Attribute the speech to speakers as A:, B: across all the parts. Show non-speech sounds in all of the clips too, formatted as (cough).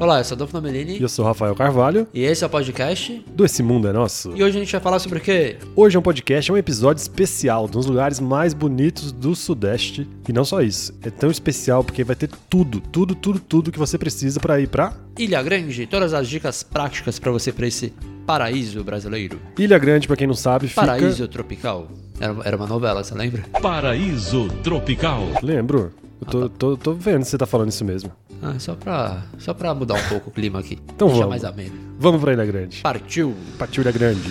A: Olá, eu sou Adolfo Nomelini
B: E eu sou o Rafael Carvalho,
A: e esse é o podcast.
B: do Esse Mundo é Nosso.
A: E hoje a gente vai falar sobre o quê?
B: Hoje é um podcast, é um episódio especial um dos lugares mais bonitos do Sudeste. E não só isso, é tão especial porque vai ter tudo, tudo, tudo, tudo que você precisa pra ir pra
A: Ilha Grande, todas as dicas práticas pra você pra esse paraíso brasileiro.
B: Ilha Grande, pra quem não sabe, fica...
A: Paraíso tropical. Era, era uma novela, você lembra?
C: Paraíso Tropical.
B: Lembro? Eu tô, tô, tô vendo se você tá falando isso mesmo.
A: Ah, só pra, só pra mudar um pouco o clima aqui.
B: (laughs) Então
A: Deixar
B: vamos.
A: mais ameno.
B: Vamos pra Ilha Grande.
A: Partiu!
B: Partiu Ilha Grande.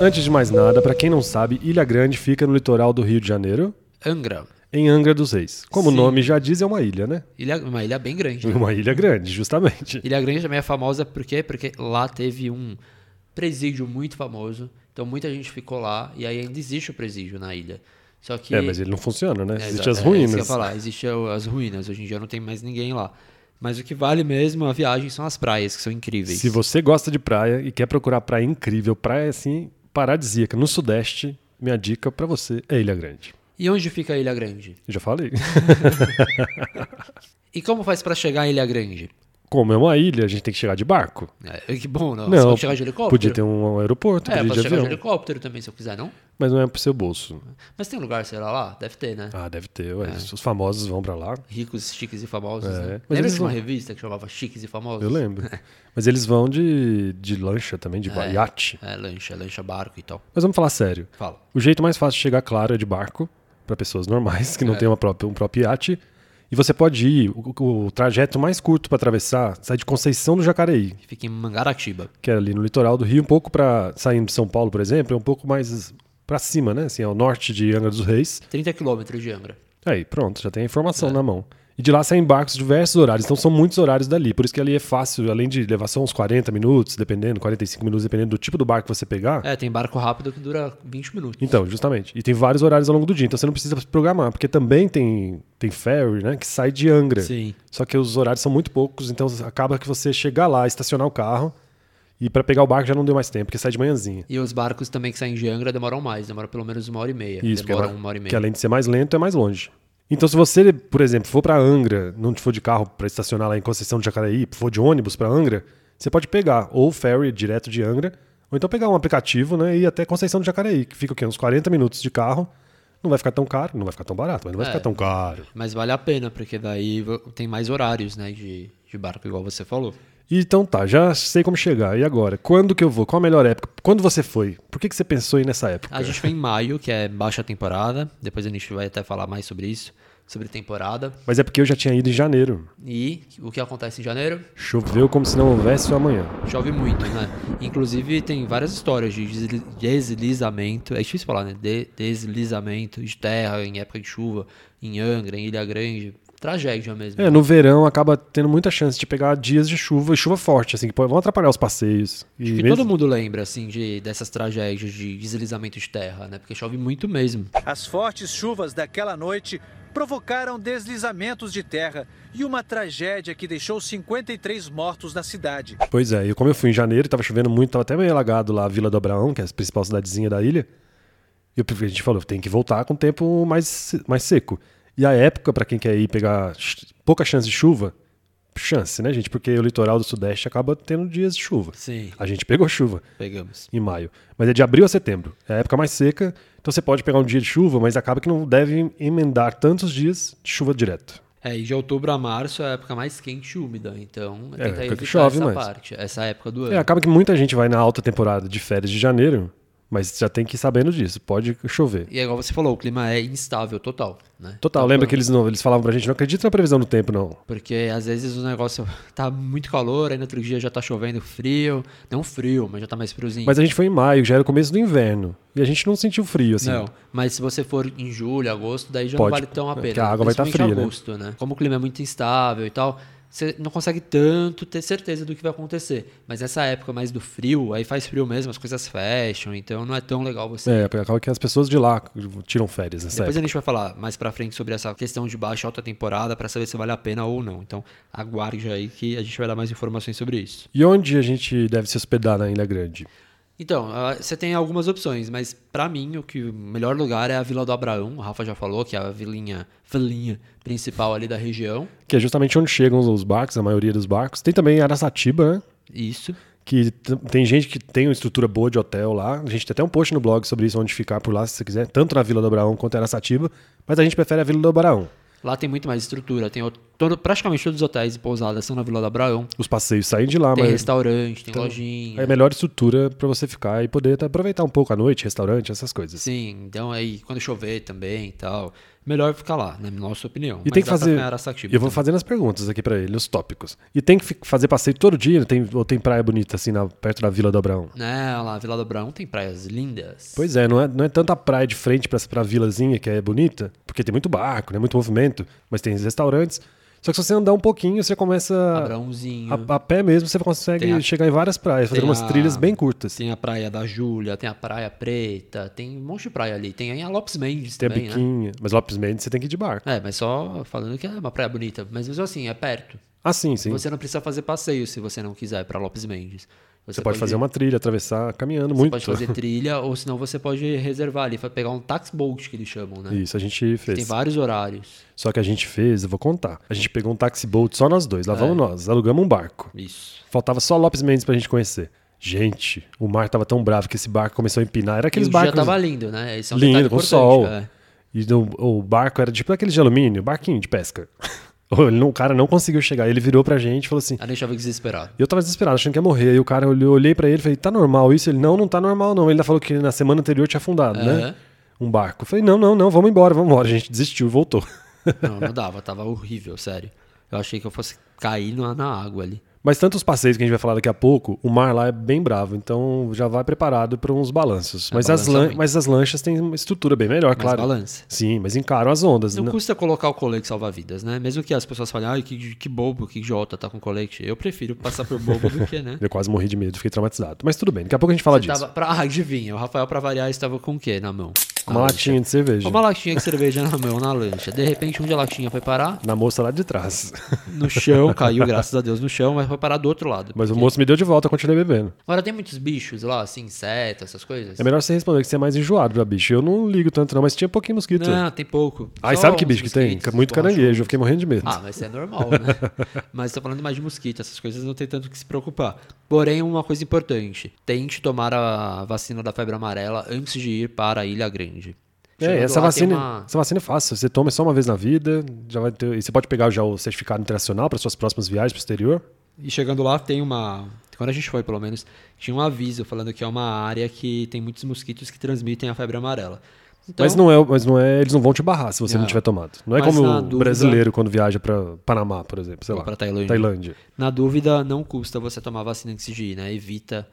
B: Antes de mais nada, pra quem não sabe, Ilha Grande fica no litoral do Rio de Janeiro,
A: Angra.
B: em Angra dos Reis. Como
A: Sim.
B: o nome já diz, é uma ilha, né?
A: Ilha, uma ilha bem grande. né?
B: Uma ilha grande, justamente.
A: Ilha Grande também é famosa por quê? Porque lá teve um presídio muito famoso. Então muita gente ficou lá e aí ainda existe o presídio na ilha. Só que
B: É, mas ele não funciona, né?
A: É, exato,
B: Existem as
A: É isso que eu ia
B: ruínas.
A: falar, existem as ruínas. Hoje em dia não tem mais ninguém lá. Mas o que vale mesmo a viagem são as praias, que são incríveis.
B: Se você gosta de praia e quer procurar praia incrível, praia assim, paradisíaca, no Sudeste, minha dica pra você é Ilha Grande.
A: E onde fica a Ilha Grande?
B: Eu já falei. (laughs)
A: E como faz pra chegar à Ilha Grande?
B: Como é uma ilha, a gente tem que chegar de barco.
A: É, que bom, não. Você pode chegar de helicóptero?
B: podia ter um aeroporto,
A: É,
B: podia
A: posso
B: ir de
A: chegar
B: avião,
A: de helicóptero também, se eu quiser, não?
B: mas não é pro seu bolso.
A: Mas tem um lugar, sei lá, lá? Deve ter, né?
B: Ah, deve ter, ué, os famosos vão pra lá.
A: Ricos, chiques e famosos,
B: É,
A: né?
B: mas
A: Lembra
B: eles
A: de uma
B: vão-
A: revista que chamava Chiques e Famosos? (laughs)
B: Eu lembro. mas eles vão de, de lancha também, de ba- iate.
A: É, lancha, lancha, barco e tal.
B: Mas vamos falar sério.
A: Fala.
B: O jeito mais fácil de chegar, claro, é de barco, para pessoas normais, que não têm uma própria, um próprio iate. E você pode ir, o, o trajeto mais curto para atravessar sai de Conceição do Jacareí,
A: Fica em Mangaratiba.
B: que é ali no litoral do Rio, um pouco para saindo de São Paulo, por exemplo, é um pouco mais para cima, né? Assim, ao norte de Angra dos Reis.
A: 30 quilômetros de Angra.
B: Aí, pronto, já tem a informação na mão. E de lá saem barcos diversos horários, então são muitos horários dali. Por isso que ali é fácil, além de levar só uns 40 minutos, dependendo, 45 minutos, dependendo do tipo do barco que você pegar.
A: É, tem barco rápido que dura 20 minutos.
B: Então, justamente. E tem vários horários ao longo do dia, então você não precisa se programar, porque também tem, tem ferry, né, que sai de Angra.
A: Sim.
B: Só que os horários são muito poucos, então acaba que você chegar lá, estacionar o carro e pra pegar o barco já não deu mais tempo, porque sai de manhãzinha.
A: E os barcos também que saem de Angra demoram mais, demoram pelo menos uma hora e meia.
B: Isso, porque
A: demoram
B: ela-
A: uma hora e meia.
B: que além de ser mais lento, é mais longe. Então, se você, por exemplo, for pra Angra, não for de carro pra estacionar lá em Conceição de Jacareí, for de ônibus pra Angra, você pode pegar ou o ferry direto de Angra, ou então pegar um aplicativo, né, e ir até Conceição de Jacareí, que fica o quê? Uns 40 minutos de carro. Não vai ficar tão caro, não vai ficar tão barato, mas não vai
A: É.
B: ficar tão caro.
A: Mas vale a pena, porque daí vo- tem mais horários, né, de, de barco, igual você falou.
B: E Então tá, já sei como chegar. E agora? Quando que eu vou? Qual a melhor época? Quando você foi? Por que, que você pensou aí nessa época?
A: A gente foi em maio, que é baixa temporada. Depois a gente vai até falar mais sobre isso, sobre temporada.
B: Mas é porque eu já tinha ido em janeiro.
A: E o que acontece em janeiro?
B: Choveu como se não houvesse o amanhã.
A: Chove muito, né? Inclusive tem várias histórias de desli- deslizamento, é difícil falar, né? De- deslizamento de terra em época de chuva, em Angra, em Ilha Grande. Tragédia mesmo.
B: É, no verão acaba tendo muita chance de pegar dias de chuva e chuva forte, assim, que pode- vão atrapalhar os passeios. E
A: Acho que
B: mesmo-
A: todo mundo lembra, assim, de, dessas tragédias de deslizamento de terra, né? Porque chove muito mesmo.
D: As fortes chuvas daquela noite provocaram deslizamentos de terra e uma tragédia que deixou 53 mortos na cidade.
B: Pois é, e como eu fui em janeiro, tava chovendo muito, tava até meio alagado lá a Vila do Abraão, que é a principal cidadezinha da ilha. E eu- a gente falou, tem que voltar com o tempo mais, se- mais seco. E a época, pra quem quer ir pegar ch- pouca chance de chuva, chance, né, gente? Porque o litoral do Sudeste acaba tendo dias de chuva.
A: Sim.
B: A gente pegou chuva.
A: Pegamos.
B: em maio. Mas é de abril a setembro. É a época mais seca. Então você pode pegar um dia de chuva, mas acaba que não deve emendar tantos dias de chuva direto.
A: É, e de outubro a março é a época mais quente e úmida, então tenta
B: É, época que
A: evitar
B: chove
A: essa
B: mais.
A: parte, essa época do ano.
B: É, acaba que muita gente vai na alta temporada de férias de janeiro, mas já tem que ir sabendo disso. Pode chover.
A: E é igual você falou, o clima é instável total, né?
B: Total, lembra que eles, não, eles falavam pra gente, não acredita na previsão do tempo, não.
A: Porque às vezes o negócio (laughs) tá muito calor, aí no outro dia já tá chovendo frio. Não frio, mas já tá mais friozinho.
B: Mas a gente foi em maio, já era o começo do inverno. E a gente não sentiu frio, assim.
A: Não, mas se você for em julho, agosto, daí já
B: Pode,
A: não vale tão a pena.
B: porque a água vai tá
A: Principalmente
B: fria, né?
A: agosto, né? Como o clima é muito instável e tal, você não consegue tanto ter certeza do que vai acontecer. Mas nessa época mais do frio, aí faz frio mesmo, as coisas fecham, então não é tão legal você.
B: É, acaba que as pessoas de lá tiram férias é nessa
A: Depois
B: época.
A: a gente vai falar mais pra frente sobre essa questão de baixa e alta temporada pra saber se vale a pena ou não. Então aguarde aí que a gente vai dar mais informações sobre isso.
B: E onde a gente deve se hospedar na Ilha Grande?
A: Então, ah, você tem algumas opções, mas pra mim o que o melhor lugar é a Vila do Abraão. O Rafa já falou que é a vilinha, vilinha principal ali da região.
B: Que é justamente onde chegam os- os barcos, a maioria dos barcos. Tem também Aracatiba, né?
A: Isso.
B: que t- tem gente que tem uma estrutura boa de hotel lá. A gente tem até um post no blog sobre isso, onde ficar por lá, se você quiser, tanto na Vila do Abraão quanto em Aracatiba, mas a gente prefere a Vila do Abraão.
A: Lá tem muito mais estrutura. Tem o- todo, praticamente todos os hotéis e pousadas são na Vila do Abraão.
B: Os passeios saem de lá,
A: Tem né?
B: mas
A: restaurante, tem
B: é
A: lojinha.
B: a melhor estrutura pra você ficar e poder até aproveitar um pouco a noite, restaurante, essas coisas.
A: Sim, então aí quando chover também e tal. Melhor ficar lá, né, na nossa opinião.
B: E tem que fazer.
A: Aracatiba,
B: Eu vou
A: também.
B: fazendo as perguntas aqui pra ele, os tópicos. E tem que fi- fazer passeio todo dia, tem, ou tem praia bonita assim na- perto da Vila do Abraão?
A: Né, lá, Vila do Abraão tem praias lindas.
B: Pois é, não é, não é tanta praia de frente pra, pra vilazinha que é bonita, porque tem muito barco, né? Muito movimento, mas tem os restaurantes. Só que se você andar um pouquinho, você começa.
A: Abraãozinho.
B: A, a pé mesmo, você consegue
A: né? Tem a-
B: chegar em várias praias, fazer
A: tem
B: umas
A: a-
B: trilhas bem curtas.
A: Tem a Praia da Júlia, tem a Praia Preta, tem um monte de praia ali. Tem aí a Lopes Mendes
B: Tem a
A: também, né?
B: biquinha. Mas Lopes Mendes você tem que ir de barco.
A: É, mas só falando que é uma praia bonita. Mas mesmo assim, é perto.
B: Ah, sim, sim. Você,
A: Você não precisa fazer passeio se você não quiser para Lopes Mendes. Você,
B: pode fazer uma trilha, atravessar caminhando
A: Você
B: muito.
A: pode fazer trilha, ou senão você pode reservar ali, fa- pegar um tax boat que eles chamam, né?
B: Isso, a gente
A: Tem
B: fez.
A: vários horários.
B: Só que a gente fez, eu vou contar. A gente pegou um taxi boat só nós
A: É.
B: dois. Lá vamos nós, alugamos um barco.
A: Isso.
B: Faltava só Lopes Mendes pra gente conhecer. Gente, o mar tava tão bravo que esse barco começou a empinar.
A: E
B: Era
A: o
B: aqueles
A: dia
B: barcos.
A: tava lindo, né? Esse é um detalhe
B: lindo, com
A: importante.
B: sol.
A: é.
B: E no- o barco era tipo aquele de alumínio, barquinho de pesca. (laughs) Ele não- O cara não conseguiu chegar. Ele virou pra gente e falou assim:
A: Aí deixava desesperado.
B: E eu tava desesperado, achando que ia morrer. Aí o cara olhou, eu olhei pra ele e falei, tá normal isso? Ele, não, não tá normal, não. Ele ainda falou que na semana anterior tinha afundado,
A: Aham.
B: né? Um barco. Eu falei, não, não, não, vamos embora, vamos embora. A gente desistiu, e voltou. (laughs)
A: Não, não dava, tava horrível, sério. Eu achei que eu fosse cair na, na água ali.
B: Mas tanto os passeios que a gente vai falar daqui a pouco, o mar lá é bem bravo, então já vai preparado pra uns balanços. Mas, as,
A: É, balança
B: lan-
A: muito.
B: mas as lanchas têm uma estrutura bem melhor, claro.
A: balança.
B: Sim, mas encaram as ondas.
A: Não
B: né?
A: custa colocar o colete salva-vidas, né? Mesmo que as pessoas falem, ai, que, que bobo, que idiota tá com colete. Eu prefiro passar por bobo do que, (laughs) né?
B: Eu quase morri de medo, fiquei traumatizado. Mas tudo bem, daqui a pouco a gente fala
A: Você
B: disso.
A: tava pra... Ah, adivinha, o Rafael, pra variar, estava com o quê na mão?
B: Com Uma
A: Na
B: latinha de cerveja.
A: Uma latinha de cerveja na mão, na lancha. De repente, onde a latinha foi parar?
B: Na moça lá
A: (laughs)
B: de trás.
A: No chão, caiu, graças a Deus, no chão, mas foi parar do outro lado.
B: Mas o moço me deu de volta, eu continuei bebendo.
A: Agora, tem muitos bichos lá, assim, insetos, essas coisas?
B: É melhor você responder que você é mais enjoado pra bicho. Eu não ligo tanto, não, mas tinha pouquinho mosquito.
A: Não, tem pouco.
B: Aí
A: Só
B: sabe que
A: uns
B: bicho que tem?
A: mosquitos,
B: Muito
A: borrachudos.
B: caranguejo, eu fiquei morrendo de medo.
A: Ah, mas isso é normal,
B: (laughs)
A: né? mas tô falando mais de mosquito, essas coisas não tem tanto que se preocupar. Porém, uma coisa importante: tente tomar a vacina da febre amarela antes de ir para a Ilha Grande.
B: é,
A: Chegando lá, tem
B: essa vacina,
A: uma-
B: essa vacina é fácil. Você toma só uma vez na vida, já vai ter. E você pode pegar já o certificado internacional para suas próximas viagens pro exterior.
A: E chegando lá, tem uma. Quando a gente foi, pelo menos, tinha um aviso falando que é uma área que tem muitos mosquitos que transmitem a febre amarela. Então,
B: mas não é, mas não é, eles não vão te barrar se você não,
A: Não.
B: tiver tomado. Não é
A: Mas
B: como
A: na
B: o
A: dúvida-
B: brasileiro quando viaja para Panamá, por exemplo, sei
A: Ou
B: lá.
A: pra Tailândia.
B: Tailândia.
A: Na dúvida, não custa você tomar vacina antes de ir, né? Evita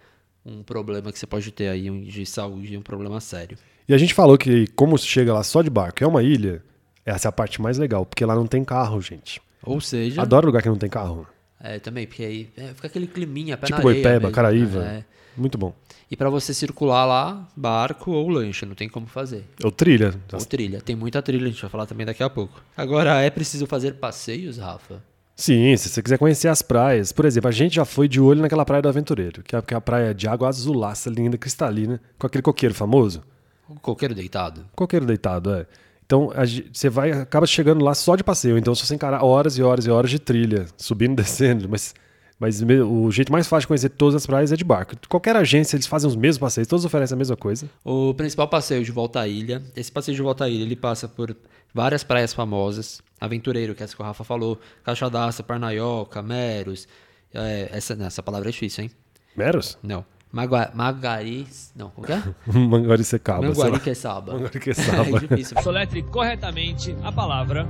A: um problema que você pode ter aí um de saúde, um problema sério.
B: E a gente falou que como chega lá só de barco, é uma ilha. Essa é a parte mais legal, porque lá não tem carro, gente.
A: Ou seja,
B: Adoro lugar que não tem carro.
A: É, também, porque aí é, fica aquele climinha, pé
B: Tipo
A: na areia
B: Boipeba,
A: mesmo,
B: Caraíva.
A: né?
B: Muito bom.
A: E pra você circular lá, barco ou lancha, não tem como fazer.
B: Ou trilha.
A: Ou trilha, tem muita trilha, a gente vai falar também daqui a pouco. Agora, é preciso fazer passeios, Rafa?
B: Sim, se você quiser conhecer as praias, por exemplo, a gente já foi de olho naquela praia do Aventureiro, que é que é a praia de água azulaça, linda, cristalina, com aquele coqueiro famoso.
A: O coqueiro deitado.
B: Coqueiro deitado, é. Então a ge- você vai, acaba chegando lá só de passeio. Então se você encarar horas e horas e horas de trilha, subindo e (laughs) descendo, mas, mas me- o jeito mais fácil de conhecer todas as praias é de barco. Qualquer agência, eles fazem os mesmos passeios, todos oferecem a mesma coisa.
A: O principal passeio de volta à ilha, esse passeio de volta à ilha, ele passa por várias praias famosas, Aventureiro, que é essa que o Rafa falou, Caixadaça, Parnaió, Cameros, é, essa, não, essa palavra é difícil, hein?
B: Meros? (laughs)
A: Não. Magua, Magaris, não, é? o quê?
B: Mangaricecaba, sei lá.
A: Manguariqueçaba. (laughs)
B: Manguariqueçaba.
A: é difícil
E: Soletre corretamente a palavra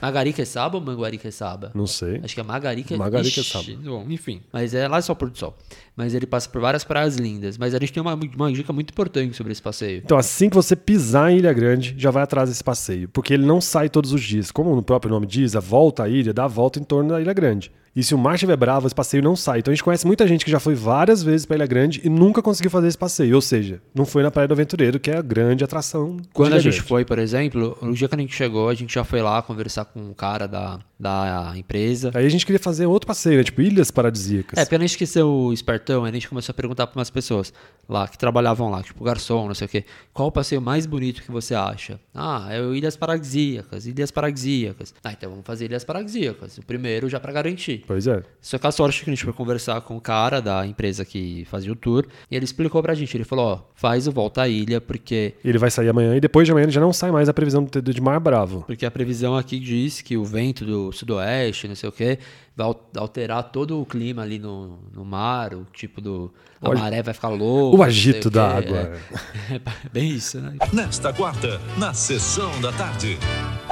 A: Magariqueçaba é ou Manguariqueçaba?
B: Não sei.
A: Acho que é Magarique...
B: Magariqueçaba.
A: Ixi, Bom, enfim. Mas é lá é só pôr do sol. Mas ele passa por várias praias lindas. Mas a gente tem uma, uma dica muito importante sobre esse passeio.
B: Então, assim que você pisar em Ilha Grande, já vai atrás desse passeio, porque ele não sai todos os dias. Como no próprio nome diz, a volta à ilha dá a volta em torno da Ilha Grande. E se o mar estiver bravo, esse passeio não sai. Então, a gente conhece muita gente que já foi várias vezes pra Ilha Grande e nunca conseguiu fazer esse passeio. Ou seja, não foi na Praia do Aventureiro, que é a grande atração. de
A: Quando
B: Ilha
A: a gente
B: Grande.
A: foi, por exemplo, no dia que a gente chegou, a gente já foi lá conversar com o um cara da, da empresa.
B: Aí a gente queria fazer outro passeio, né? Tipo, Ilhas Paradisíacas.
A: É, pra não esquecer o espertão, a gente começou a perguntar pra umas pessoas lá que trabalhavam lá, tipo garçom, não sei o quê. Qual o passeio mais bonito que você acha? Ah, é o Ilhas Paradisíacas, Ilhas Paradisíacas. Ah, então vamos fazer Ilhas Paradisíacas, o primeiro já pra garantir.
B: Pois é.
A: Só que a sorte que a gente foi conversar com o cara da empresa que fazia o tour, e ele explicou pra gente, ele falou, ó, faz o Volta à Ilha, porque
B: Ele vai sair amanhã e depois de amanhã ele já não sai mais a previsão do do Edmar Bravo.
A: Porque a previsão aqui diz que o vento do sudoeste, não sei o quê, vai al- alterar todo o clima ali no, no mar, o tipo do. A maré vai ficar louca.
B: o
A: não sei
B: agito
A: quê,
B: da água.
A: É, (laughs) é bem isso, né?
C: Nesta quarta, na sessão da tarde.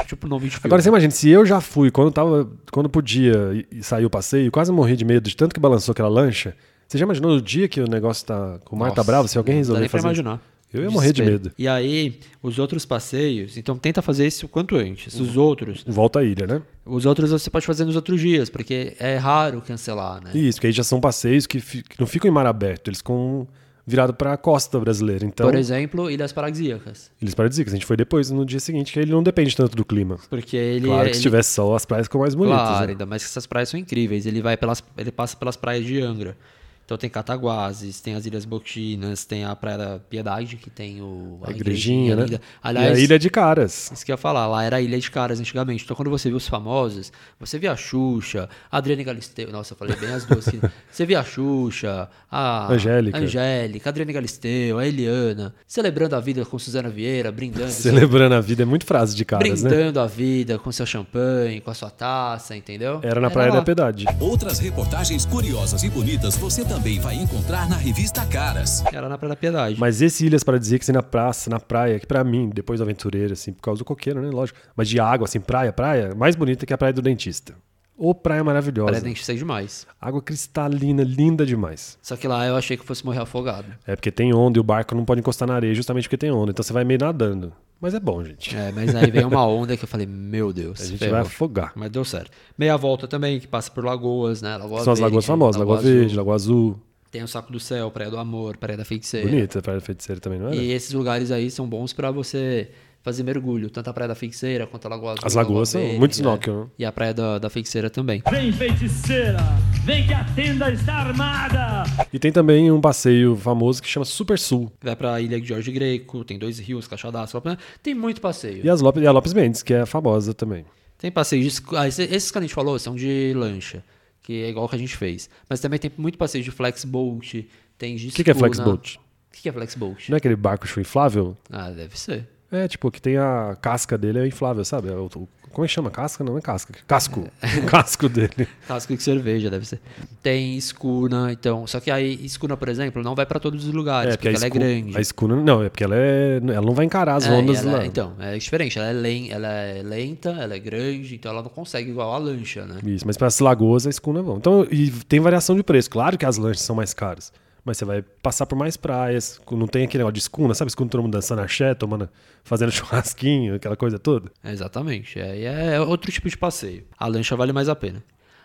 A: Tipo nome de filme.
B: Agora você imagina, se eu já fui, quando, tava, quando podia e, e saiu o passeio, quase morri de medo de tanto que balançou aquela lancha. Você já imaginou no dia que o negócio tá. Com o mar tá
A: Nossa,
B: bravo, se alguém
A: não dá
B: resolver
A: nem pra
B: fazer. isso?
A: imaginar.
B: Eu ia morrer de
A: Desespero.
B: medo.
A: E aí, os outros passeios, então tenta fazer isso o quanto antes. Os outros,
B: Volta à ilha, né?
A: os outros você pode fazer nos outros dias, porque é raro cancelar, né?
B: Isso, porque aí já são passeios que, fi- que não ficam em mar aberto, eles ficam virado pra costa brasileira. Então,
A: Por exemplo, Ilhas Paradisíacas.
B: eles para dizer que a gente foi depois, no dia seguinte, que ele não depende tanto do clima.
A: Porque ele é,
B: claro que
A: ele-
B: se tivesse sol, as praias ficam mais bonitas.
A: Claro,
B: né?
A: ainda mais que essas praias são incríveis. Ele vai pelas, ele passa pelas praias de Angra. Então tem Cataguases, tem as Ilhas Botinas, tem a Praia da Piedade, que tem o,
B: A igrejinha, né?
A: linda.
B: e
A: Aliás,
B: a ilha de caras.
A: isso que eu ia falar, lá era a Ilha de Caras antigamente. Então quando você viu os famosos, você via a Xuxa, a Adriana Galisteu. Nossa, eu falei bem as duas.
B: (laughs)
A: aqui. você via a Xuxa, a
B: Angélica.
A: Angélica, a Adriana Galisteu, a Eliana, celebrando a vida com Suzana Vieira, brindando.
B: Celebrando a vida é muito frase de caras, né?
A: Brindando a vida com seu champanhe, com a sua taça, entendeu?
B: Era na Praia da
A: lá.
B: Piedade.
F: Outras reportagens curiosas e bonitas você também vai encontrar na revista Caras.
A: Era na Praia da Piedade.
B: Mas esse Ilhas para dizer que você na praça, na praia, que pra mim, depois do aventureiro, assim, por causa do coqueiro, né? Lógico. Mas de água, assim, praia, praia, mais bonita que a praia do dentista. Ô, praia maravilhosa.
A: Praia Dentista é demais.
B: Água cristalina, linda demais.
A: Só que lá eu achei que fosse morrer afogado.
B: É porque tem onda e o barco não pode encostar na areia justamente porque tem onda. Então você vai meio nadando. Mas é bom, gente.
A: É, mas aí veio uma onda que eu falei, meu Deus.
B: A gente
A: ferrou.
B: vai afogar.
A: Mas deu certo. Meia volta também, que passa por lagoas, né? Lagoa
B: Que são as
A: Verde,
B: lagoas famosas. Lagoa,
A: Azul.
B: Verde, Lagoa Azul.
A: Tem o Saco do Céu, Praia do Amor, Praia da Feiticeira.
B: Bonita a praia do feiticeiro também, não é?
A: É. E esses lugares aí são bons pra você fazer mergulho. Tanto a Praia da Feiticeira quanto a Lagoa Azul.
B: As
A: Lagoa
B: lagoas são
A: Verde,
B: muito
A: né?
B: snorkel, né?
A: E a Praia da, da Feiticeira também.
G: Vem feiticeira, vem que a tenda está armada.
B: E tem também um passeio famoso que chama Super Sul.
A: Vai pra Ilha de Jorge Greco, tem dois rios, Caixadaço, tem muito passeio.
B: E, as Lopes, e a Lopes Mendes, que é famosa também.
A: Tem passeio de. escu- ah, esse- esses que a gente falou são de lancha, que é igual que a gente fez. Mas também tem muito passeio de flexboat, tem de
B: O que, que é
A: escuna.
B: Flexboat?
A: O que, que é flexboat?
B: Não é aquele barco inflável?
A: Ah, deve ser.
B: É, tipo, que tem a casca dele é inflável, sabe? É o- o- como é que chama? Casca? Não é casca. Casco.
A: É.
B: O (laughs) casco dele.
A: Casca de cerveja, deve ser. Tem escuna, então. Só que aí, escuna, por exemplo, não vai pra todos os lugares, porque, ela é
B: escu-
A: grande.
B: A escuna, não, é porque ela é. Ela não vai encarar as
A: É, e
B: ondas
A: ela-
B: lá.
A: Então, é diferente. Ela é, len- ela é lenta, ela é grande, então ela não consegue igual a lancha, né?
B: Isso, mas para as lagoas a escuna vão. Então, e tem variação de preço. Claro que as lanchas são mais caras, mas você vai passar por mais praias. Não tem aquele negócio de escuna, sabe? Escuna todo mundo dançando axé, tomando, fazendo (laughs) churrasquinho, aquela coisa toda.
A: É, Exatamente. É, e é outro tipo de passeio. A lancha vale mais a pena.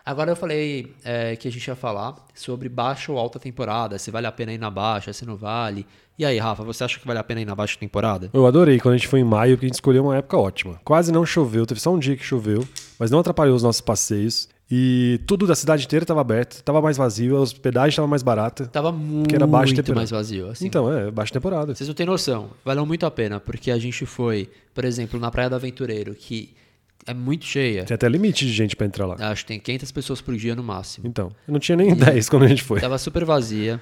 A: Agora eu falei é, que a gente ia falar sobre baixa ou alta temporada, se vale a pena ir na baixa, se não vale. E aí, Rafa, você acha que vale a pena ir na baixa temporada?
B: Eu adorei quando a gente foi em maio, porque a gente escolheu uma época ótima. Quase não choveu, teve só um dia que choveu, mas não atrapalhou os nossos passeios. E tudo da cidade inteira estava aberto, estava mais vazio, a hospedagem estava mais barata.
A: Tava muito
B: era baixa temporada.
A: mais vazio. Assim.
B: Então, é, baixa temporada.
A: Vocês não têm noção, valeu muito a pena, porque a gente foi, por exemplo, na Praia do Aventureiro, que é muito cheia.
B: Tem até limite de gente para entrar lá.
A: Acho que tem 500 pessoas por dia no máximo.
B: Então, não tinha nem 10 quando a gente foi.
A: Tava super vazia.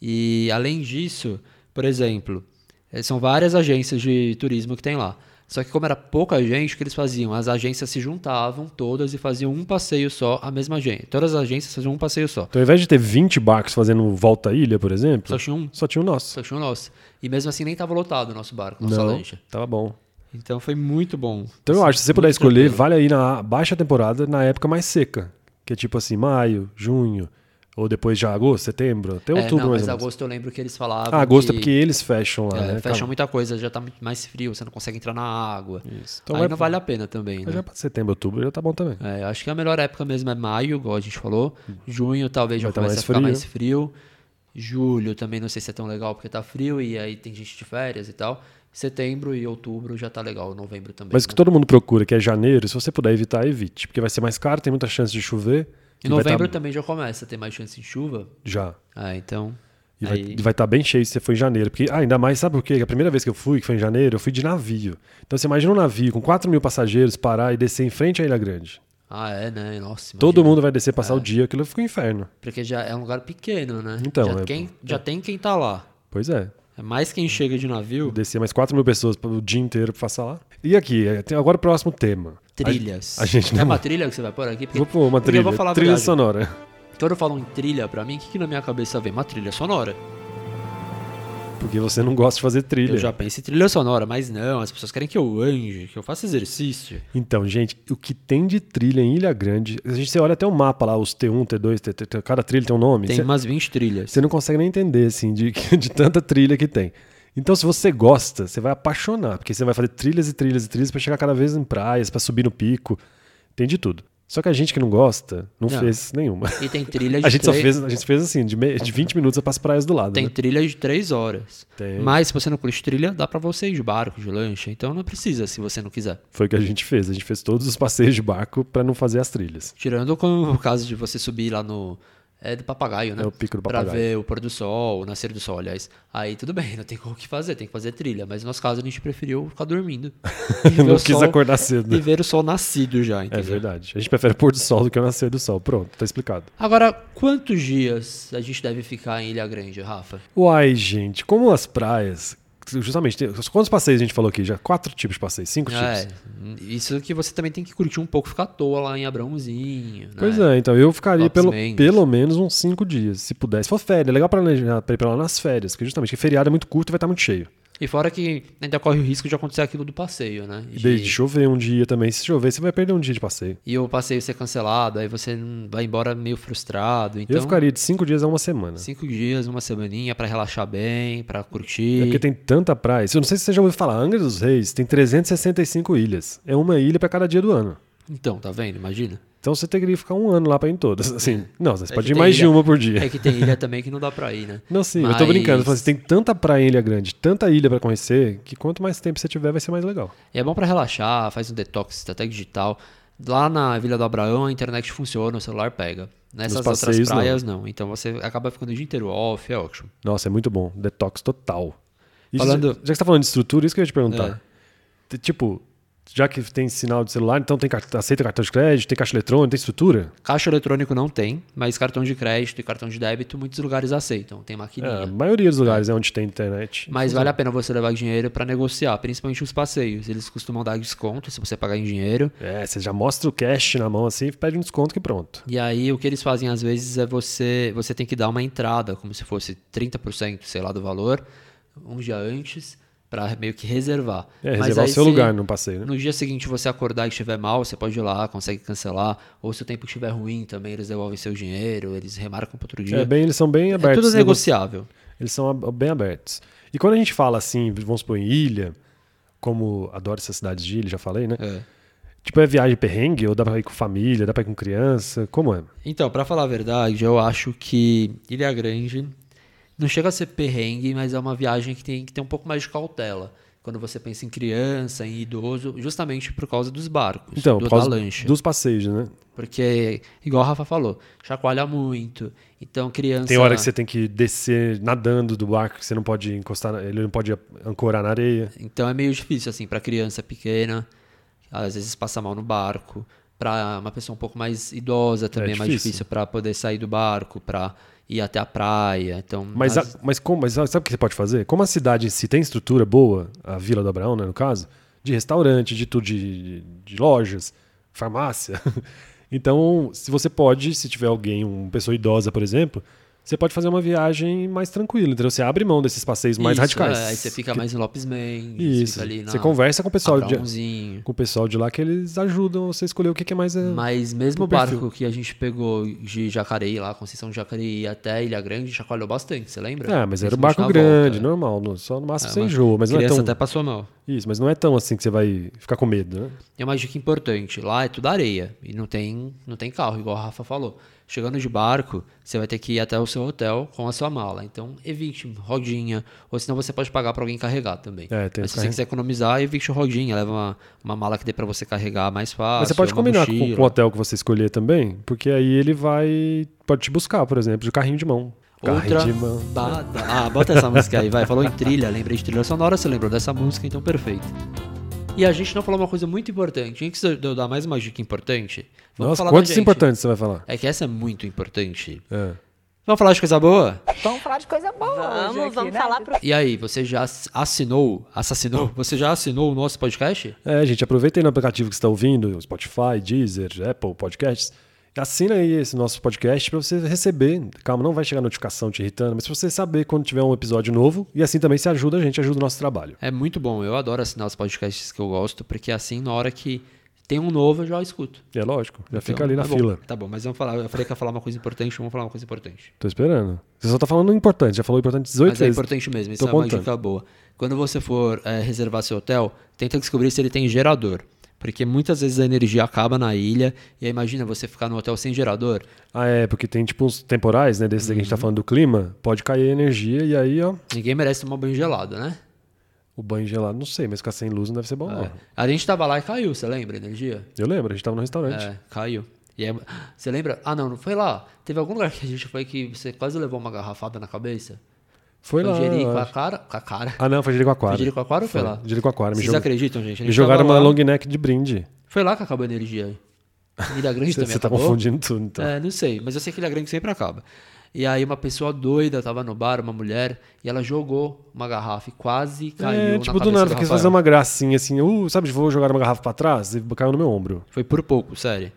A: E além disso, por exemplo, eh, são várias agências de turismo que tem lá. Só que como era pouca gente, o que eles faziam? As agências se juntavam todas e faziam um passeio só, a mesma agência. Todas as agências faziam um passeio só.
B: Então, ao invés de ter 20 barcos fazendo volta à ilha, por exemplo,
A: Só tinha um.
B: só tinha o nosso.
A: Só tinha o nosso. E mesmo assim nem tava lotado o nosso barco, nossa lancha.
B: tava bom.
A: Então foi muito bom.
B: Então eu
A: Assim,
B: acho, se você
A: muito
B: puder escolher,
A: tranquilo.
B: vale aí na baixa temporada, na época mais seca. Que é tipo assim, maio, junho, ou depois já agosto, setembro, até
A: É,
B: outubro
A: não,
B: mais
A: mas
B: ou menos.
A: agosto eu lembro que eles falavam
B: Ah, agosto é
A: que-
B: porque eles fecham lá,
A: É,
B: né?
A: fecha
B: Acaba-
A: muita coisa, já tá muito mais frio, você não consegue entrar na água.
B: Então
A: Aí
B: vai-
A: não vale a pena também,
B: Mas é
A: né?
B: já pra setembro, outubro já tá bom também.
A: É, eu acho que a melhor época mesmo é maio, igual a gente falou. Junho talvez já
B: Vai tá
A: comece
B: mais
A: a ficar
B: frio.
A: mais frio. Julho também não sei se é tão legal porque tá frio e aí tem gente de férias e tal. Setembro e outubro já tá legal, novembro também.
B: Mas o que
A: né?
B: todo mundo procura, que é janeiro, se você puder evitar, evite. Porque vai ser mais caro, tem muita chance de chover.
A: Em
B: vai
A: novembro
B: tá-
A: também já começa a ter mais chance de chuva.
B: Já.
A: Ah, então.
B: E vai-
A: aí-
B: vai estar bem cheio se você for em janeiro. Porque, ah, ainda mais, sabe por quê? Que A primeira vez que eu fui, que foi em janeiro, eu fui de navio. Então você imagina um navio com 4 mil passageiros parar e descer em frente à Ilha Grande.
A: Ah, é, né? Nossa.
B: Todo
A: imagina.
B: mundo vai descer
A: É.
B: passar o dia, aquilo fica um inferno.
A: Porque já é um lugar pequeno, né?
B: Então,
A: já,
B: é-
A: quem- já tem quem tá lá.
B: Pois é.
A: É mais quem chega de navio.
B: Descer mais 4 mil pessoas o dia inteiro pra passar lá. E aqui, é, tem- agora o próximo tema.
A: Trilhas.
B: A, a gente
A: É
B: não.
A: uma trilha que você vai pôr aqui? Porque,
B: Vou pôr uma
A: porque
B: trilha.
A: Eu vou falar a
B: trilha
A: verdade.
B: sonora.
A: Quando falam em trilha pra mim, o que, que na minha cabeça vem? Uma trilha sonora.
B: Porque você não gosta de fazer trilha.
A: Eu já penso em trilha sonora, mas não, as pessoas querem que eu ande, que eu faça exercício.
B: Então, gente, o que tem de trilha em Ilha Grande? A gente, você olha até o mapa lá, os T1, T2, T3, cada trilha tem um nome.
A: Tem
B: Você-
A: umas 20 trilhas.
B: Você não consegue nem entender, assim, de, (laughs) de tanta trilha que tem. Então, se você gosta, você vai apaixonar, porque você vai fazer trilhas e trilhas e trilhas pra chegar cada vez em praias, pra subir no pico. Tem de tudo. Só que a gente que não gosta, não,
A: Não.
B: fez nenhuma.
A: E tem
B: (laughs)
A: trilha de
B: A gente só
A: três-
B: fez, a gente fez assim, de, me, de 20 minutos para as praias do lado.
A: Tem
B: né?
A: trilhas de 3 horas.
B: Tem.
A: Mas se você não curte trilha, dá pra você ir de barco, de lancha. Então não precisa se você não quiser.
B: Foi o que a gente fez. A gente fez todos os passeios de barco pra não fazer as trilhas.
A: Tirando com (laughs) o caso de você subir lá no. É do papagaio, né?
B: É o pico do
A: Pra
B: papagaio.
A: ver o pôr do sol, o nascer do sol, aliás. Aí tudo bem, (laughs) não tem como o que fazer, tem que fazer trilha. Mas no nosso caso a gente preferiu ficar dormindo. E ver
B: (laughs) Não
A: o
B: quis acordar cedo.
A: E ver o sol nascido já,
B: É
A: entendeu?
B: verdade. A gente prefere pôr do sol do que o nascer do sol. Pronto, tá explicado.
A: Agora, quantos dias a gente deve ficar em Ilha Grande, Rafa?
B: Uai, gente, como as praias. Justamente, tem- quantos passeios a gente falou aqui? Já quatro tipos de passeios, cinco tipos.
A: É, isso que você também tem que curtir um pouco, ficar à toa lá em Abrãozinho. né?
B: Pois é, então eu ficaria
A: Lopes
B: pelo,
A: Mendes.
B: pelo menos uns cinco dias, se pudesse. For férias, é legal planejar pra ir pra lá nas férias, porque justamente que feriado é muito curto e vai estar muito cheio.
A: E fora que ainda corre o risco de acontecer aquilo do passeio, né?
B: E daí de chover um dia também. Se chover, você vai perder um dia de passeio.
A: E o passeio ser cancelado, aí você não- vai embora meio frustrado. Então,
B: eu ficaria de cinco dias a uma semana.
A: cinco dias, uma semaninha pra relaxar bem, pra
B: É
A: curtir.
B: porque tem tanta praia. Eu não sei se você já ouviu falar, Angra dos Reis tem 365 ilhas. É uma ilha pra cada dia do ano.
A: Então, tá vendo? Imagina.
B: Então você teria que ficar um ano lá pra ir em todas. Assim, não, você
A: É
B: pode
A: que
B: ir
A: tem
B: mais de
A: ilha-
B: uma por dia.
A: É que tem ilha também que não dá pra ir, né?
B: Não, sim, eu tô brincando. Eu falo
A: Mas
B: assim, tem tanta praia em Ilha Grande, tanta ilha pra conhecer, que quanto mais tempo você tiver, vai ser mais legal.
A: É bom pra relaxar, faz um detox estratégia digital. Lá na Vila do Abraão a internet funciona, o celular pega. Nessas
B: Nos
A: outras
B: passeios, não.
A: praias não. Então você acaba ficando o dia inteiro off, é ótimo.
B: Nossa, é muito bom. Detox total. E
A: Falando-
B: já, já que você tá falando de estrutura, isso que eu ia te perguntar.
A: É.
B: T- Tipo, já que tem sinal de celular, então tem cart- aceita cartão de crédito, tem caixa eletrônica, tem estrutura?
A: Caixa eletrônico não tem, mas cartão de crédito e cartão de débito muitos lugares aceitam, tem
B: É, a
A: maquininha.
B: maioria dos lugares é onde tem internet.
A: Mas vale a pena você levar dinheiro pra negociar, principalmente os passeios. Eles costumam dar desconto se você pagar em dinheiro.
B: É, você já mostra o cash na mão assim, pede um desconto que pronto.
A: E aí o que eles fazem às vezes é você, você tem que dar uma entrada, como se fosse 30%, sei lá, do valor, um dia antes, pra meio que reservar.
B: É,
A: Mas
B: reservar o
A: aí
B: seu
A: se
B: lugar no passeio, né?
A: No dia seguinte você acordar e estiver mal, você pode ir lá, consegue cancelar, ou se o tempo estiver ruim também, eles devolvem seu dinheiro, eles remarcam para outro dia.
B: É, bem, eles são bem
A: É
B: abertos.
A: tudo
B: esse negócio.
A: negociável.
B: Eles são ab- bem abertos. E quando a gente fala assim, vamos supor, em ilha, como adoro essas cidades de ilha, já falei, né?
A: É.
B: Tipo, é viagem perrengue? Ou dá pra ir com família? Dá pra ir com criança? Como é?
A: Então, pra falar a verdade, eu acho que Ilha Grande não chega a ser perrengue, mas é uma viagem que tem que ter um pouco mais de cautela. Quando você pensa em criança, em idoso, justamente por causa dos barcos,
B: Então,
A: do,
B: por causa
A: da lancha.
B: dos passeios, né?
A: Porque, igual a Rafa falou, chacoalha muito. Então, criança.
B: Tem hora que você tem que descer nadando do barco, que você não pode encostar, na- ele não pode ancorar na areia.
A: Então é meio difícil, assim, pra criança pequena, às vezes passa mal no barco. Pra uma pessoa um pouco mais idosa também é, mais
B: difícil.
A: difícil pra poder sair do barco, pra ir até a praia. Então,
B: Mas,
A: às-
B: a- mas, como, mas sabe o que você pode fazer? Como a cidade em si tem estrutura boa, a Vila do Abraão, né, no caso, de restaurante, de tudo, de, de lojas, farmácia. (laughs) Então, se você pode, se tiver alguém, uma pessoa idosa, por exemplo, você pode fazer uma viagem mais tranquila, entendeu? Você abre mão desses passeios mais
A: Isso,
B: radicais.
A: é, aí você fica
B: Que-
A: mais em Lopes Mendes,
B: Isso.
A: fica ali na
B: Você conversa com o pessoal de,
A: Abraãozinho.
B: com o pessoal de lá que eles ajudam você a escolher o que, que é mais. é,
A: Mas mesmo o
B: pro perfil.
A: barco que a gente pegou de Jacareí lá, Conceição de Jacareí até Ilha Grande, chacoalhou bastante, você lembra?
B: Ah, mas era um
A: Principalmente
B: barco
A: na volta,
B: grande,
A: é.
B: normal. no- Só no máximo
A: É,
B: você
A: mas
B: enjoa, mas não é
A: criança
B: tão.
A: até passou mal.
B: Isso, mas não é tão assim que você vai ficar com medo, né?
A: E uma dica importante, lá é tudo areia e não tem, não tem carro, igual a Rafa falou. Chegando de barco, você vai ter que ir até o seu hotel com a sua mala. Então evite rodinha, ou senão você pode pagar para alguém carregar também.
B: É, tem
A: Mas se você
B: carre-
A: quiser economizar, evite rodinha, leva uma, uma mala que dê para você carregar mais fácil. é
B: Mas você pode
A: uma
B: combinar com,
A: mochila.
B: com o hotel que você escolher também, porque aí ele vai. Pode te buscar, por exemplo, de carrinho de mão.
A: Outra
B: Carrinho de mão.
A: bada. Ah, bota essa música aí, vai. Falou em trilha, lembrei de trilha sonora, você lembrou dessa música, então perfeito. E a gente não falou uma coisa muito importante. Antes de eu dar mais uma dica importante, vamos
B: Nossa,
A: falar da
B: quantos
A: gente.
B: importantes você vai falar?
A: É que essa é muito importante.
B: É.
A: Vamos falar de coisa boa?
H: Vamos falar de coisa boa.
I: Vamos,
H: hoje aqui,
I: vamos
H: né?
I: falar pro.
A: E aí, você já ass- assinou, assassinou? (laughs) Você já assinou o nosso podcast?
B: É, gente, aproveita aí no aplicativo que você está ouvindo, Spotify, Deezer, Apple Podcasts. Assina aí esse nosso podcast para você receber. Calma, não vai chegar notificação te irritando, mas para você saber quando tiver um episódio novo. E assim também se ajuda a gente, ajuda o nosso trabalho.
A: É muito bom, eu adoro assinar os podcasts que eu gosto, porque assim, na hora que tem um novo, eu já escuto.
B: É lógico, já fica
A: Então,
B: ali na
A: tá bom,
B: fila.
A: tá bom, mas vamos falar, eu falei que ia falar uma coisa importante, vamos falar uma coisa importante.
B: Tô esperando. Você só tá falando importante, já falou importante 18
A: Mas é
B: vezes.
A: importante mesmo, isso
B: Tô
A: é uma
B: contando.
A: dica boa. Quando você for eh, reservar seu hotel, tenta descobrir se ele tem gerador. Porque muitas vezes a energia acaba na ilha, e aí imagina você ficar no hotel sem gerador.
B: Ah, é, porque tem tipo uns temporais, né? Desses aí que a
A: Uhum.
B: gente tá falando do clima, pode cair a energia e aí, ó,
A: Ninguém merece tomar banho gelado, né?
B: o banho gelado, não sei, mas ficar sem luz não deve ser
A: Ah,
B: bom, não.
A: A gente tava lá e caiu, você lembra, a energia?
B: Eu lembro, a gente tava no restaurante.
A: É, caiu. E aí, você lembra? Ah, não, não foi lá. Teve algum lugar que a gente foi que você quase levou uma garrafada na cabeça?
B: Foi, lá. eu
A: com a
B: acho.
A: cara? Com a cara.
B: Ah, não, foi Jericoacoara.
A: Foi Jericoacoara ou foi lá?
B: Jericoacoara. Me
A: Vocês
B: jogou-
A: acreditam, gente? A
B: Me
A: gente
B: jogaram
A: tava
B: uma
A: lá.
B: long neck de brinde.
A: Foi lá que acabou a energia. Ilha Grande
B: Você
A: também
B: você tá
A: acabou.
B: confundindo tudo, então.
A: É, não sei, mas eu sei que Ilha Grande sempre acaba. E aí uma pessoa doida tava no bar, uma mulher, e ela jogou uma garrafa e quase caiu na
B: É, tipo, do
A: cabeça
B: nada,
A: do
B: quis
A: Rafael.
B: fazer uma gracinha assim, uh, sabe, vou jogar uma garrafa pra trás e caiu no meu ombro.
A: Foi por pouco, sério.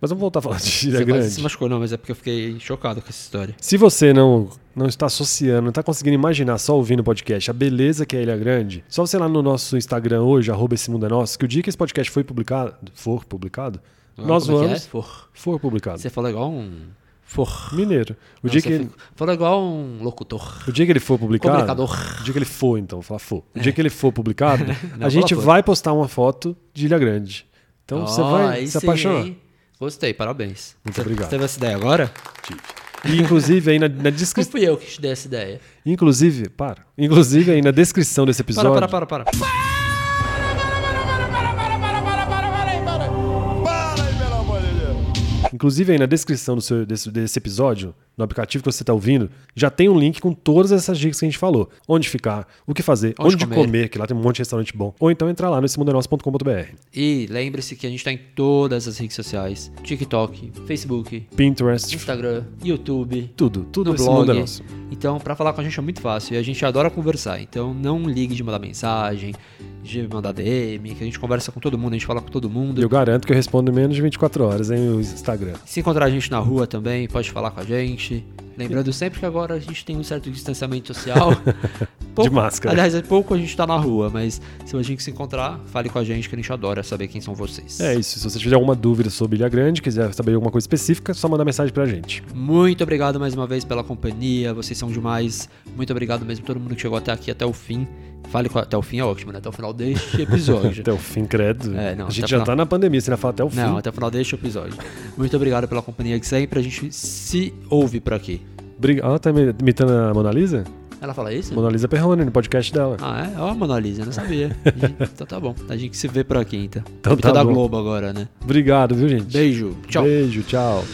B: Mas vamos voltar a falar de
A: Você
B: Gira
A: quase
B: Grande.
A: se machucou, não, mas é porque eu fiquei chocado com essa história.
B: Se você não, não está associando, não está conseguindo imaginar só ouvindo o podcast, a beleza que é a Ilha Grande, só você lá no nosso Instagram hoje, arroba esse mundo é nosso, que o dia que esse podcast foi publicado, for publicado, nós
A: Como é que
B: vamos.
A: É? For.
B: For publicado.
A: Você falou igual um. For.
B: Mineiro. O,
A: Não,
B: dia
A: você
B: que ele,
A: ficou- Falou igual um locutor.
B: o dia que ele for publicado.
A: Comunicador.
B: O dia que ele for, então, vou falar for. O dia que ele for publicado,
A: É. (laughs) Não,
B: a gente
A: fala for.
B: vai postar uma foto de Ilha Grande. Então você
A: Ó,
B: vai
A: aí
B: se
A: sim,
B: apaixonar.
A: hein? Gostei, parabéns.
B: Muito
A: Você-
B: obrigado.
A: Você teve essa ideia agora?
B: E inclusive aí na, na
A: Não (laughs)
B: descrição.
A: fui eu que te dei essa ideia.
B: Inclusive, para. Inclusive aí na descrição desse
A: Para,
B: episódio.
A: para, para, para.
B: Inclusive aí na descrição do seu- desse, desse episódio, no aplicativo que você está ouvindo, já tem um link com todas essas dicas que a gente falou. Onde ficar, o que fazer,
A: Onde
B: onde,
A: comer.
B: comer. que lá tem um monte de restaurante bom. Ou então entrar lá no essemundonosso.com.br.
A: E lembre-se que a gente tá em todas as redes sociais: TikTok, Facebook,
B: Pinterest,
A: Instagram, YouTube.
B: tudo, tudo
A: no
B: esse mundo é
A: blog.
B: nosso.
A: Então, pra falar com a gente é muito fácil e a gente adora conversar. Então, não ligue de mandar mensagem, de mandar DM, que a gente conversa com todo mundo, a gente fala com todo mundo.
B: E eu garanto que eu respondo em menos de 24 horas, hein, o Instagram.
A: Se encontrar a gente na rua também, pode falar com a gente. Lembrando sempre que agora a gente tem um certo distanciamento
B: (laughs)
A: social. (laughs)
B: De máscara.
A: Aliás, é pouco a gente tá na rua, mas se a gente se encontrar, fale com a gente que a gente adora saber quem são vocês.
B: É isso. Se você tiver alguma dúvida sobre Ilha Grande, quiser saber alguma coisa específica, só mandar mensagem pra gente.
A: Muito obrigado mais uma vez pela companhia, vocês são demais. Muito obrigado mesmo todo mundo que chegou até aqui, até o fim. Fale com até o fim é ótimo, né? Até o final
B: (laughs)
A: deste episódio.
B: Até o fim, credo.
A: É, não,
B: a
A: até
B: gente já
A: pra-
B: tá na pandemia, você ainda fala até o fim.
A: Não, até o final deste episódio. Muito obrigado pela companhia de sempre, a gente se ouve por aqui.
B: Briga... Ela tá imitando a Mona Lisa?
A: Ela fala isso?
B: Mona Lisa Perrone, no podcast dela.
A: Ah, é? Ó, a Mona Lisa, eu não sabia. (laughs) A gente- então tá bom. A gente se vê por aqui, então.
B: Então
A: Então
B: tá
A: da
B: bom.
A: Globo agora, né?
B: Obrigado, viu, gente?
A: Beijo. Tchau.
B: Beijo, tchau.